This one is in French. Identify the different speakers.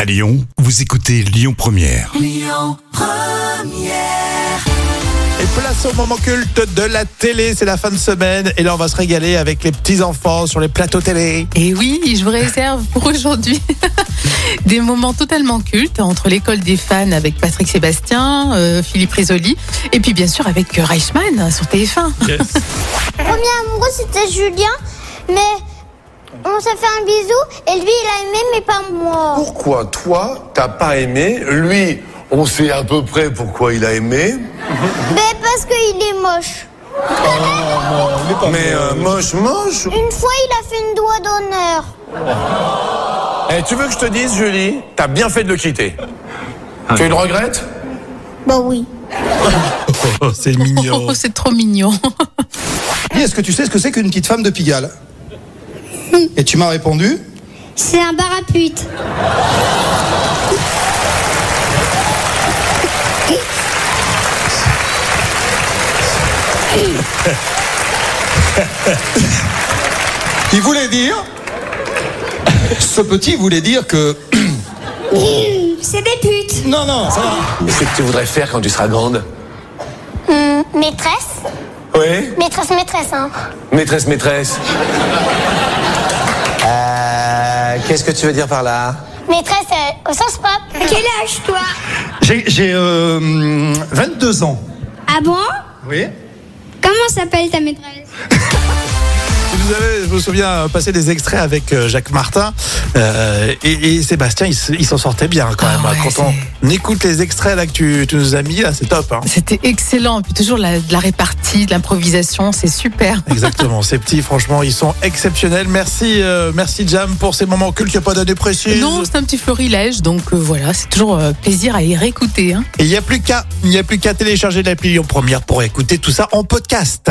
Speaker 1: À Lyon, vous écoutez Lyon Première.
Speaker 2: Et place au moment culte de la télé, c'est la fin de semaine et là on va se régaler avec les petits enfants sur les plateaux télé.
Speaker 3: Et oui, je vous réserve pour aujourd'hui des moments totalement cultes entre l'école des fans avec Patrick Sébastien, euh, Philippe Risoli, et puis bien sûr avec euh, Reichmann sur TF1.
Speaker 4: premier amoureux c'était Julien, mais on s'est fait un bisou et lui il a aimé mais pas moi.
Speaker 5: pourquoi toi, t'as pas aimé Lui, on sait à peu près pourquoi il a aimé.
Speaker 4: Mais Ben, parce qu'il est moche.
Speaker 5: Mais euh, moche, moche.
Speaker 4: Une fois il a fait une doigt d'honneur.
Speaker 5: Eh, tu veux que je te dise, Julie, t'as bien fait de le quitter. Tu le regrettes
Speaker 4: Bah oui.
Speaker 2: c'est
Speaker 3: Oh, c'est trop mignon.
Speaker 6: Dis, Est-ce que tu sais ce que c'est qu'une petite femme de Pigalle Et tu m'as répondu
Speaker 4: C'est un barapute.
Speaker 6: Il voulait dire. Ce petit voulait dire que.
Speaker 4: C'est des putes.
Speaker 6: Non, non, ça va.
Speaker 5: Mais c'est que tu voudrais faire quand tu seras grande
Speaker 4: maîtresse
Speaker 5: Oui
Speaker 4: Maîtresse, maîtresse, hein.
Speaker 5: Maîtresse, maîtresse.
Speaker 7: Euh, Qu'est-ce que tu veux dire par là
Speaker 4: Maîtresse euh, au sens propre. Quel âge toi
Speaker 6: J'ai j'ai, euh, 22 ans.
Speaker 4: Ah bon
Speaker 6: Oui
Speaker 4: Comment s'appelle ta maîtresse
Speaker 2: Vous avez, je me souviens, passer des extraits avec euh, Jacques Martin euh, et, et Sébastien, il s- il s'en sortait bien quand
Speaker 3: Ah
Speaker 2: même. hein,
Speaker 3: ouais,
Speaker 2: quand on écoute les extraits là que tu, tu nous as mis, là, c'est top. hein.
Speaker 3: C'était excellent. Et puis toujours la- de la répartie, de l'improvisation, c'est super.
Speaker 2: Exactement, ces petits, franchement, ils sont exceptionnels. Merci, euh, merci Jam pour ces moments cultes. Il n'y a pas d'année précise.
Speaker 3: Non, c'est un petit florilège, donc euh, voilà, c'est toujours euh, plaisir à y réécouter. hein.
Speaker 2: Et il n'y a plus qu'à, il n'y a plus qu'à télécharger l'appli Lyon Première pour écouter tout ça en podcast.